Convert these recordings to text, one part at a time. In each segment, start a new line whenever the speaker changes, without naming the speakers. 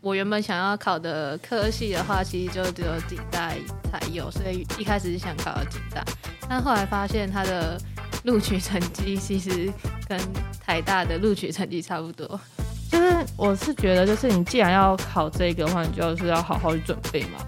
我原本想要考的科系的话，其实就只有警大才有，所以一开始是想考的警大，但后来发现它的录取成绩其实跟台大的录取成绩差不 多。
就是我是觉得，就是你既然要考这个的话，你就是要好好去准备嘛，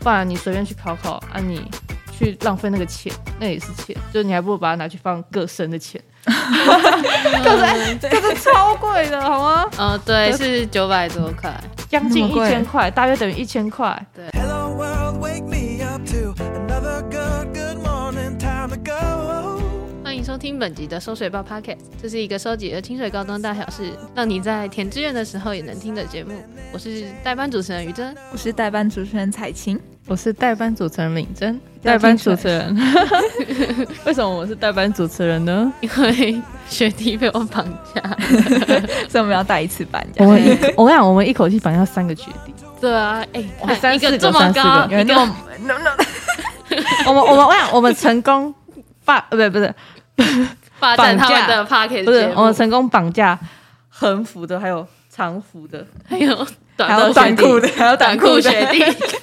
不然你随便去考考啊，你去浪费那个钱，那也是钱，就是你还不如把它拿去放各生的钱，各生可是超贵的，好 吗？
呃，嗯对，是九百多块。
将近一
那么贵
千块，大约等于一千块。
Hello world, wake me up to another good, good morning time to go.
欢迎收听本集的《收水报 Pocket》，这是一个收集了清水高中大小事，让你在填志愿的时候也能听的节目。我是代班主持人于真，
我是代班主持人彩琴，
我是代班主持人敏珍，
要
代班主持人。 为什么我是代班主持人呢？
因为学弟被我绑架。
所以我们要带一次班，这
我
样
们一，我跟你讲，我们一口气绑要三个学弟。
对啊，哎、看
三
一
四
个
个
这么
三四
高，
个
有人
一
那
个
么那那
我们我们我想我们成功霸，呃，不不是
发展他们
绑架
的 Pocket
不
节
是，我哦
目
哦
们，成功绑架横幅的，还有长幅的，
还有短
还有
的
短
学弟
裤的，还 有
短裤学 弟。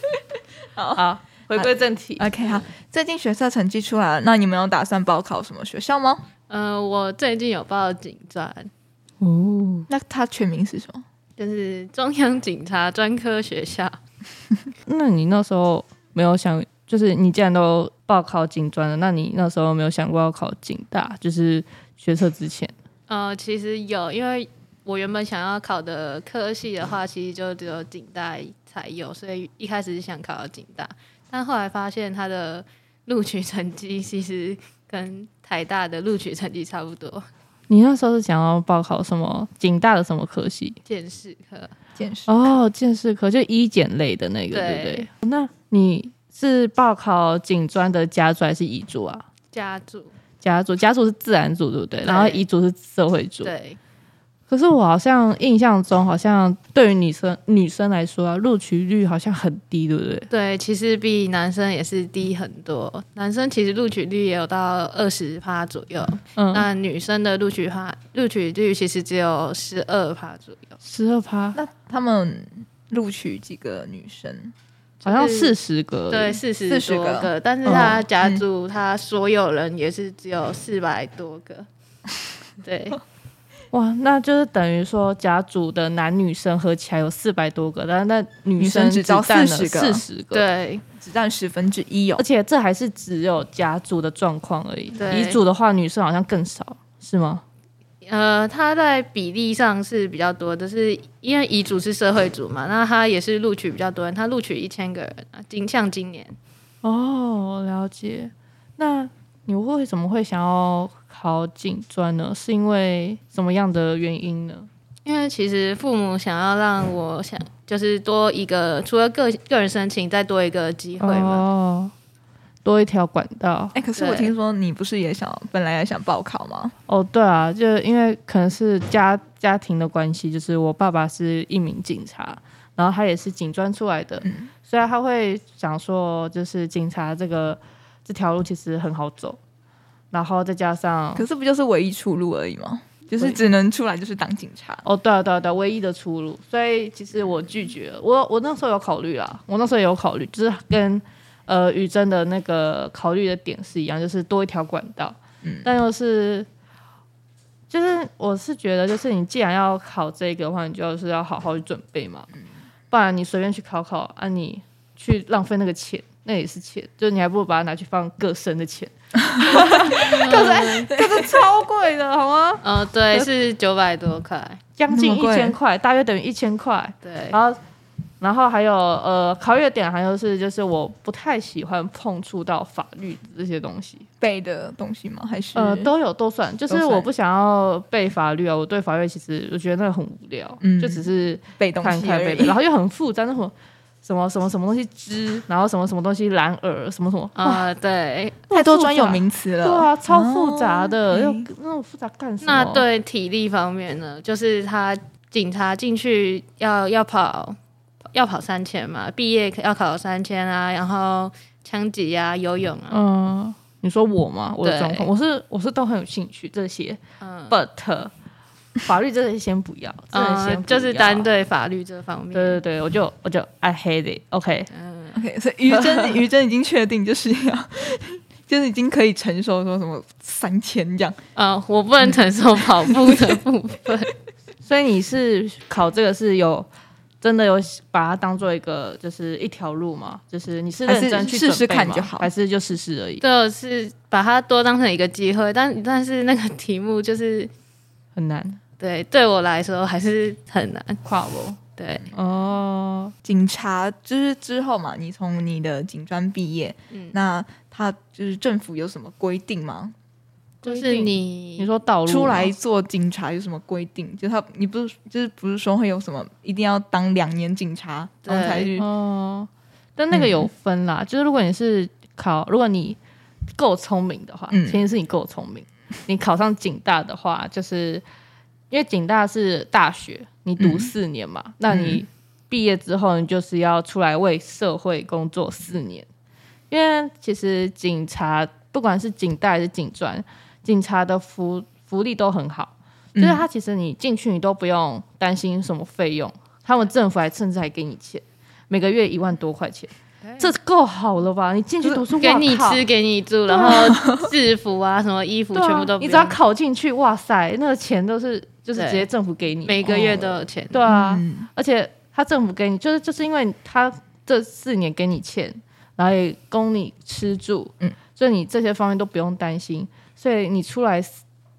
好，回归正题。
OK，好，最近学测成绩出来了，那你们有打算报考什么学校吗？
呃，我最近有报警专，
哦，
那它全名是什么？
就是中央警察专科学校。
那你那时候没有想，就是你既然都报考警专了，那你那时候没有想过要考警大，就是学测之前？
呃，其实有，因为我原本想要考的科系的话，其实就只有警大才有，所以一开始是想考警大，但后来发现它的录取成绩其实跟台大的录取成绩差不多，
你那时候是想要报考什么警大的什么科系？
见识科。
建设。
哦，建设科就医检类的那个，
对
对不对？那你是报考警专的甲组还是乙组啊？
家住
甲组，甲组是自然组，对不对？
对
然后乙组是社会组。
对，
可是我好像印象中，好像对于女生女生来说啊，录取率好像很低，对不对？
对，其实比男生也是低很多。男生其实录取率也有到二十趴左右，
嗯，
那女生的录取趴录取率其实只有十二趴左右，
十二趴，
那他们录取几个女生？
好像
就是
四十个而已。
对，四十
40
多
个
个，但是
嗯
他家族他所有人也是只有四百多个， 对
哇，那就是等于说甲组的男女生合起来有四百多个，但是那女
女生
只
只招
占了
40个
四十个。
对
只占十分之一哦
而。且这还是只有甲组的状况而已。
对
乙组的话，女生好像更少，是吗？
呃，他在比例上是比较多，就是因为遗嘱是社会组嘛，那他也是录取比较多人，他录取一千个人啊，今像今年，
哦，了解。那你为什么会想要考警专呢？是因为什么样的原因呢？
因为其实父母想要让我想就是多一个，除了个个人申请，再多一个机会嘛，
哦，多一条管道。
哎、可是我
对
听说你不是也想本来也想报考吗？
哦，对啊，就因为可能是家家庭的关系，就是我爸爸是一名警察，然后他也是警专出来的，所以他会想说，就是警察这个这条路其实很好走，然后再加上
可是不就是唯一出路而已吗？就是
对
只能出来就是当警察。
哦，对啊，对啊，对啊，唯一的出路。所以其实我拒绝了，我我那时候有考虑啦，我那时候有考虑，就是跟呃雨珍的那个考虑的点是一样，就是多一条管道，
嗯
但又是就是我是觉得，就是你既然要考这个的话，你就是要好好去准备嘛，不然你随便去考考啊，你去浪费那个钱。那也是钱，就是你还不如把它拿去放各生的钱， 可是超贵的，好吗？
呃，对，是九百多块，
将近
那
一
么贵
千块，大约等于一千块。
对，
然后，然后还有呃，考虑的点还有是，就是我不太喜欢碰触到法律这些东西，
背的东西吗？还是
呃，都有都算，就是
都算
我不想要背法律啊，我对法律其实我觉得那个很无聊，
嗯
就只是
背东
看
西
看
而
背
已
背，。然后又很复杂，那什么什么什么什么东西之，然后什么什么东西蓝耳，什么什么，
啊
哇
呃，对，
太多
复杂
专有名词了。
对啊，超复杂的，
哦
又
嗯
那种复杂干什么？
那对体力方面呢，就是他警察进去要要跑要跑三千嘛，毕业要考三千啊，然后枪击啊、游泳啊，
嗯，你说我吗？我的
对
状况，我是我是都很有兴趣这些
嗯，
，but 法律真的先不要，真的先
嗯，
不
就是
要
单。对法律这方面。
对对对，我就我就 I hate it。OK，
嗯，
OK，所以于 真于真已经确定就是要，就是已经可以承受说什么三千这样。
呃，我不能承受跑步的部分。
所以你是考这个是有真的有把它当做一个就是一条路吗？就是你是
还是
认真去
试试
准备
看
吗
就好
还是就试试而已？
就是把它多当成一个机会，但但是那个题目就是
很难
对 对我来说还是很难。
跨我
对，
哦，
警察就是之后嘛，你从你的警专毕业，
嗯，
那他就是政府有什么规定吗？
就是
规定
你
你说道路吗
出来做警察有什么规定？就是他你不是就是不是说会有什么一定要当两年警察，
对
然后才去嗯
哦，但那个有分啦，就是如果你是考，如果你够聪明的话，
嗯
前提是你够聪明。你考上警大的话，就是因为警大是大学，你读
嗯
四年嘛，那你毕业之后，你就是要出来为社会工作四年。因为其实警察不管是警大还是警专，警察的福福利都很好，
嗯
就是他其实你进去你都不用担心什么费用，他们政府还甚至还给你钱，每个月一万多块钱，这够好了吧？你进去读书，
给
哇
你
靠
吃，给你住，
对
然
啊
后制服啊什么衣服
对啊
全部都不用，
你只要考进去，哇塞，那个钱都是就是
对
直接政府给你，
每个月都有钱。
对啊，
嗯
而且他政府给你，就是就是因为他这四年给你钱，然后也供你吃住，
嗯
所以你这些方面都不用担心。所以你出来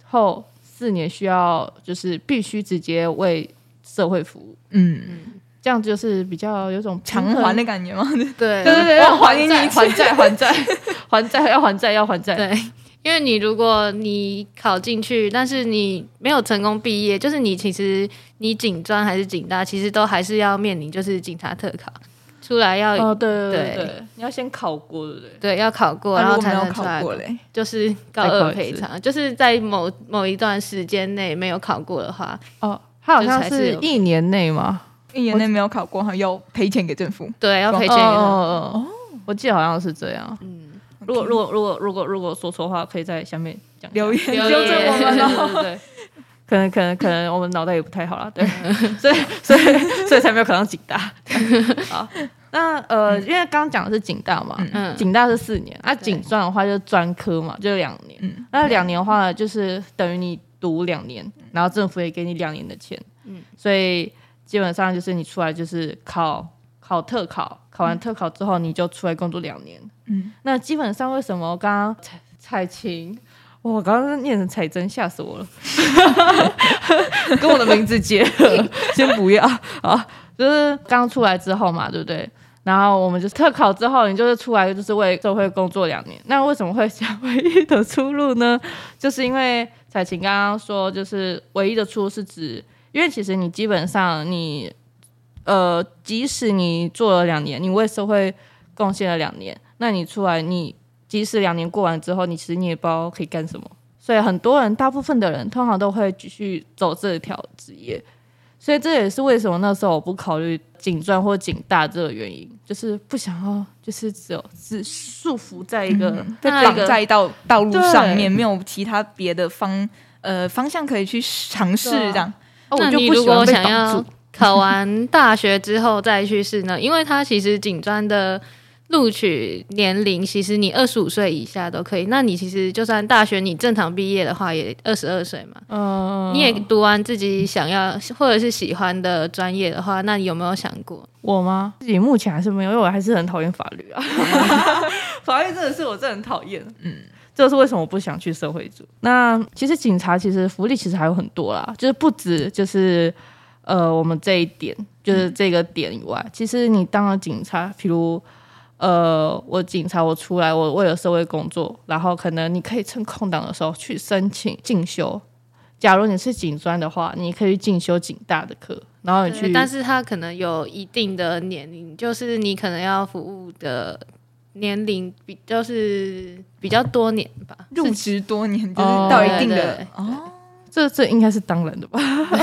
后四年需要就是必须直接为社会服务，
嗯
嗯，
这样就是比较有种
偿
平衡
还的感觉吗？
对
对对对，要还
还给 你
债
一次
还债还债还 债要还债要还债，
对，因为你如果你考进去，但是你没有成功毕业，就是你其实你警专还是警大，其实都还是要面临就是警察特考，出来要、
哦对对
对
对，你要先考过对不对？
对要考过，
那
然
啊
如
后
果没
才
有
能出
考
来
过，嘞，
就是高二赔偿，就是在某某一段时间内没有考过的话，
哦，他好像
这才是
是
有
一年内嘛，
一年内没有考过，还要赔钱给政府。
对要赔
哦
钱给他。
哦哦，我记得好像是这样。
嗯，
如果如果如果如果如果说错话，可以在下面讲
留言
留
纠
言
正我 们
了。
哦。
对对 对，可能可能可能我们脑袋也不太好了，对，所以所以所以才没有考上警大。好，那呃，因为刚刚讲的是警大嘛，
嗯
警大是四年，那、警专的话就是专科嘛，就是两年。
嗯
那两年的话呢，就是等于你读两年，然后政府也给你两年的钱。
嗯
所以基本上就是你出来就是考考特考，考完特考之后你就出来工作两年。
嗯，
那基本上为什么刚刚彩彩琴，哇我刚刚念成彩珍，吓死我了， 跟我的名字结合， 先不要啊，就是刚出来之后嘛，对不对？然后我们就是特考之后，你就是出来就是为社会工作两年。那为什么会想唯一的出路呢？就是因为彩琴刚刚说，就是唯一的出路是指，因为其实你基本上你，呃，即使你做了两年，你为社会贡献了两年，那你出来，你即使两年过完之后，你其实你也不知道可以干什么。所以很多人，大部分的人通常都会继续走这条职业。所以这也是为什么那时候我不考虑警专或警大这个原因，就是不想要，就是只有只束缚在一个、
嗯被
那
绑
个
在道道路上
对
面，没有其他别的方呃方向可以去尝试
对啊
这样。
哦
那
我就
你
不
如
喜
果
欢被
想
绑
要
住。
考完大学之后再去试呢？因为它其实警专的录取年龄，其实你二十五岁以下都可以。那你其实就算大学你正常毕业的话，也二十二岁嘛。
嗯，
你也读完自己想要或者是喜欢的专业的话，那你有没有想过？
我吗？自己目前还是没有，因为我还是很讨厌法律 啊。 法律真的是我真的很讨厌。嗯，这就是为什么我不想去社会组。那其实警察其实福利其实还有很多啦，就是不止就是呃我们这一点，就是这个点以
嗯
外，其实你当了警察，譬如。呃，我警察，我出来，我为了社会工作，然后可能你可以趁空档的时候去申请进修。假如你是警专的话，你可以进修警大的课，然后你去
对，呃但是它可能有一定的年龄，就是你可能要服务的年龄比就是比较多年吧。
入职多年就是
哦
到一定
对
的
对
哦，
这这应该是当然的吧？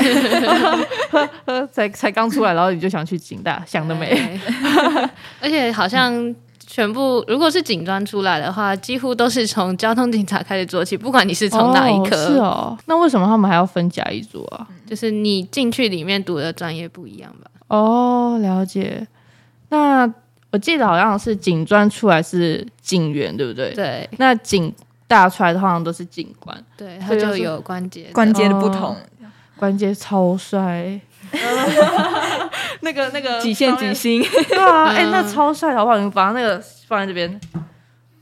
才才刚出来，然后你就想去警大，想得美。
对而且好像全部如果是警专出来的话，几乎都是从交通警察开始做起，不管你是从哪一科，
哦？是哦，那为什么他们还要分甲乙组啊？
就是你进去里面读的专业不一样吧。
哦，了解。那我记得好像是警专出来是警员，对不对？。
对
那警大出来的话，好像都是警官，
对，它就有关节的
关节的不
哦
同，
关节超帅。那个那个
几线几星，
对啊，哎、 那超帅的，好不好？你把那个放在这边，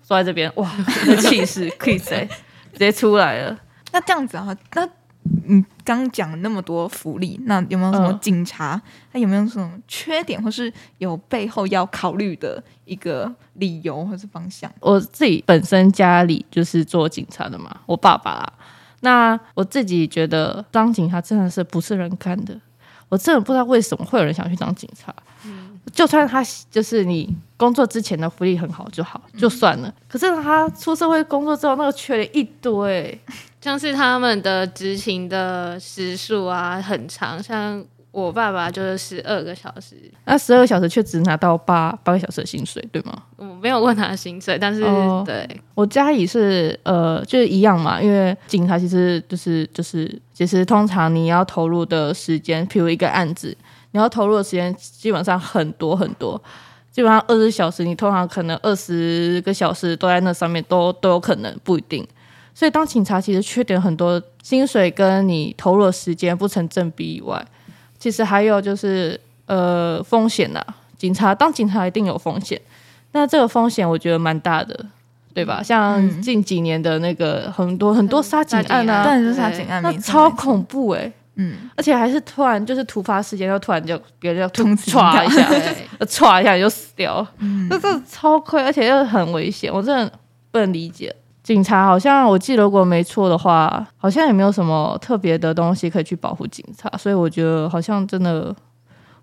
坐在这边，哇，那气势 气势、欸，直接出来了。
那这样子啊，那你刚讲那么多福利，那有没有什么
嗯
警察？那、有没有什么缺点，或是有背后要考虑的一个理由或是方向？
我自己本身家里就是做警察的嘛，我爸爸啦。那我自己觉得当警察真的是不是人干的，我真的不知道为什么会有人想去当警察。就算他就是你工作之前的福利很好就好就算了，可是他出社会工作之后那个缺点一堆，
像是他们的执勤的时数啊很长，像我爸爸就是十二个小时，
那十二个小时却只拿到八八个小时的薪水，对吗？
我没有问他的薪水，但是、
哦
对
我家里是呃，就是一样嘛，因为警察其实就是就是，其实通常你要投入的时间，譬如一个案子，你要投入的时间基本上很多很多，基本上二十小时，你通常可能二十个小时都在那上面，都都有可能，不一定。所以当警察其实缺点很多，薪水跟你投入的时间不成正比以外，其实还有就是呃风险呐、警察当警察一定有风险，那这个风险我觉得蛮大的，对吧？像
嗯
近几年的那个很多很多杀警案
杀
啊，
但
警
是
对
他警案
那
没错
超，
没错
恐怖哎、
嗯，
而且还是突然就是突发事件，就突然就别人就突
通知你
唰一 下，
对，
呃唰一下你就死掉了，那、真的超亏，而且又很危险，我真的不能理解。警察好像我记得，如果没错的话，好像也没有什么特别的东西可以去保护警察，所以我觉得好像真的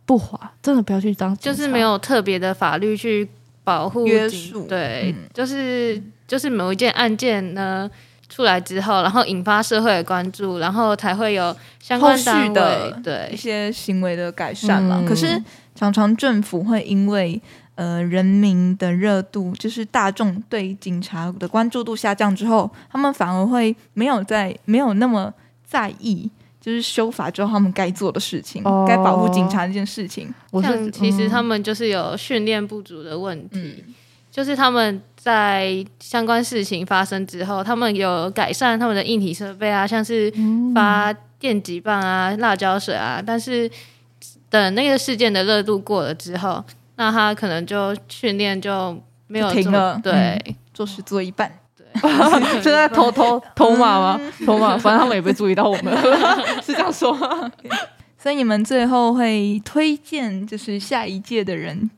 不划，真的不要去当警察，
就是没有特别的法律去保护
约
警
束
对，
嗯
就是就是某一件案件呢。出来之后，然后引发社会的关注，然后才会有相关
后续
单位
的一
对
些行为的改善嘛。
嗯
可是常常政府会因为呃人民的热度，就是大众对警察的关注度下降之后，他们反而会没有在没有那么在意。就是修法之后，他们该做的事情，
哦
该保护警察这件事情，
我是
像其实
嗯
他们就是有训练不足的问题，
嗯
就是他们在相关事情发生之后，他们有改善他们的硬体设备啊，像是发电击棒啊、辣椒水啊，但是等那个事件的热度过了之后，那他可能就训练就没有
就停
这么
了
对。
嗯做
哦
事做一半，
正在 偷偷偷骂吗？偷骂，反正他们也没注意到我们，是这样说吗？
所以你们最后会推荐就是下一届的人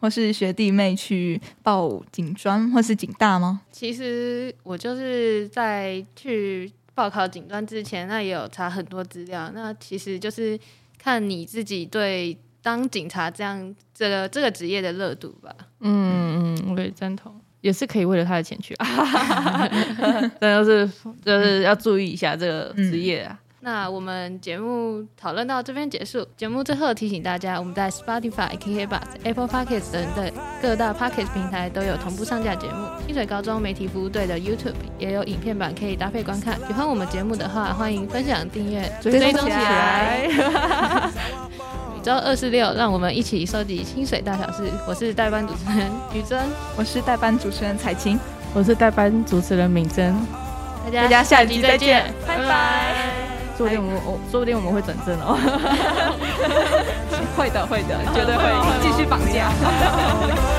或是学弟妹去报警专或是警大吗？
其实我就是在去报考警专之前，那也有查很多资料。那其实就是看你自己对当警察这样这个这个职业的热度吧。
嗯嗯，我也赞同，也是可以为了他的钱去啊， 但就是就是要注意一下这个职业啊。
那我们节目讨论到这边结束。节目最后提醒大家，我们在 Spotify、KKBox、Apple Podcasts 等等各大 Podcast 平台都有同步上架节目。清水高中媒体服务队的 YouTube 也有影片版可以搭配观看。喜欢我们节目的话，欢迎分享、订阅、追
踪
踪
起
起
来
来。每周二、四、六，让我们一起收集清水大小事。我是代班主持人于真，
我是代班主持人彩琴，
嗯我是代班主持人敏珍，
大家
大家下集再见
拜
拜
拜。
说不哎定我们我说不定我们会转正哦。
会的会的，绝对会继续绑架。